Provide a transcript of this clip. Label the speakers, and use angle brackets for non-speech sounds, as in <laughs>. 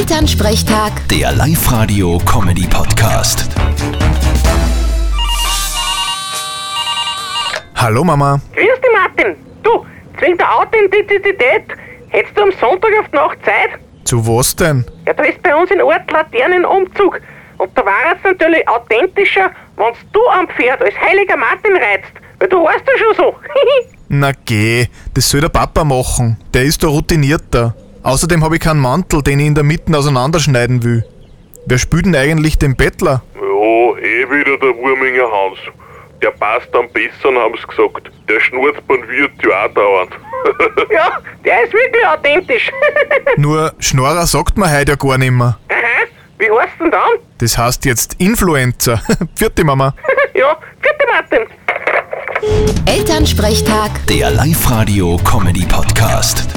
Speaker 1: Elternsprechtag,
Speaker 2: Der Live-Radio-Comedy-Podcast.
Speaker 3: Hallo Mama.
Speaker 4: Grüß dich, Martin. Du, zwischen der Authentizität hättest du am Sonntag auf die Nacht Zeit?
Speaker 3: Zu was denn?
Speaker 4: Ja, da ist bei uns in Ort Laternenumzug. Und da war es natürlich authentischer, wenn du am Pferd als heiliger Martin reizt. Weil du warst ja schon so. <laughs>
Speaker 3: Na geh, das soll der Papa machen. Der ist da routinierter. Außerdem habe ich keinen Mantel, den ich in der Mitte auseinanderschneiden will. Wer spielt denn eigentlich den Bettler?
Speaker 5: Ja, eh wieder der Wurminger Hans. Der passt am besten, haben sie gesagt. Der Schnurzband wird ja auch dauernd. <laughs>
Speaker 4: ja, der ist wirklich authentisch. <laughs>
Speaker 3: Nur Schnorrer sagt man heute ja gar nimmer.
Speaker 4: Aha, wie heißt denn dann?
Speaker 3: Das heißt jetzt Influencer. <laughs> Vierte Mama.
Speaker 4: ja, vierte Martin.
Speaker 1: Elternsprechtag.
Speaker 2: Der Live-Radio-Comedy-Podcast.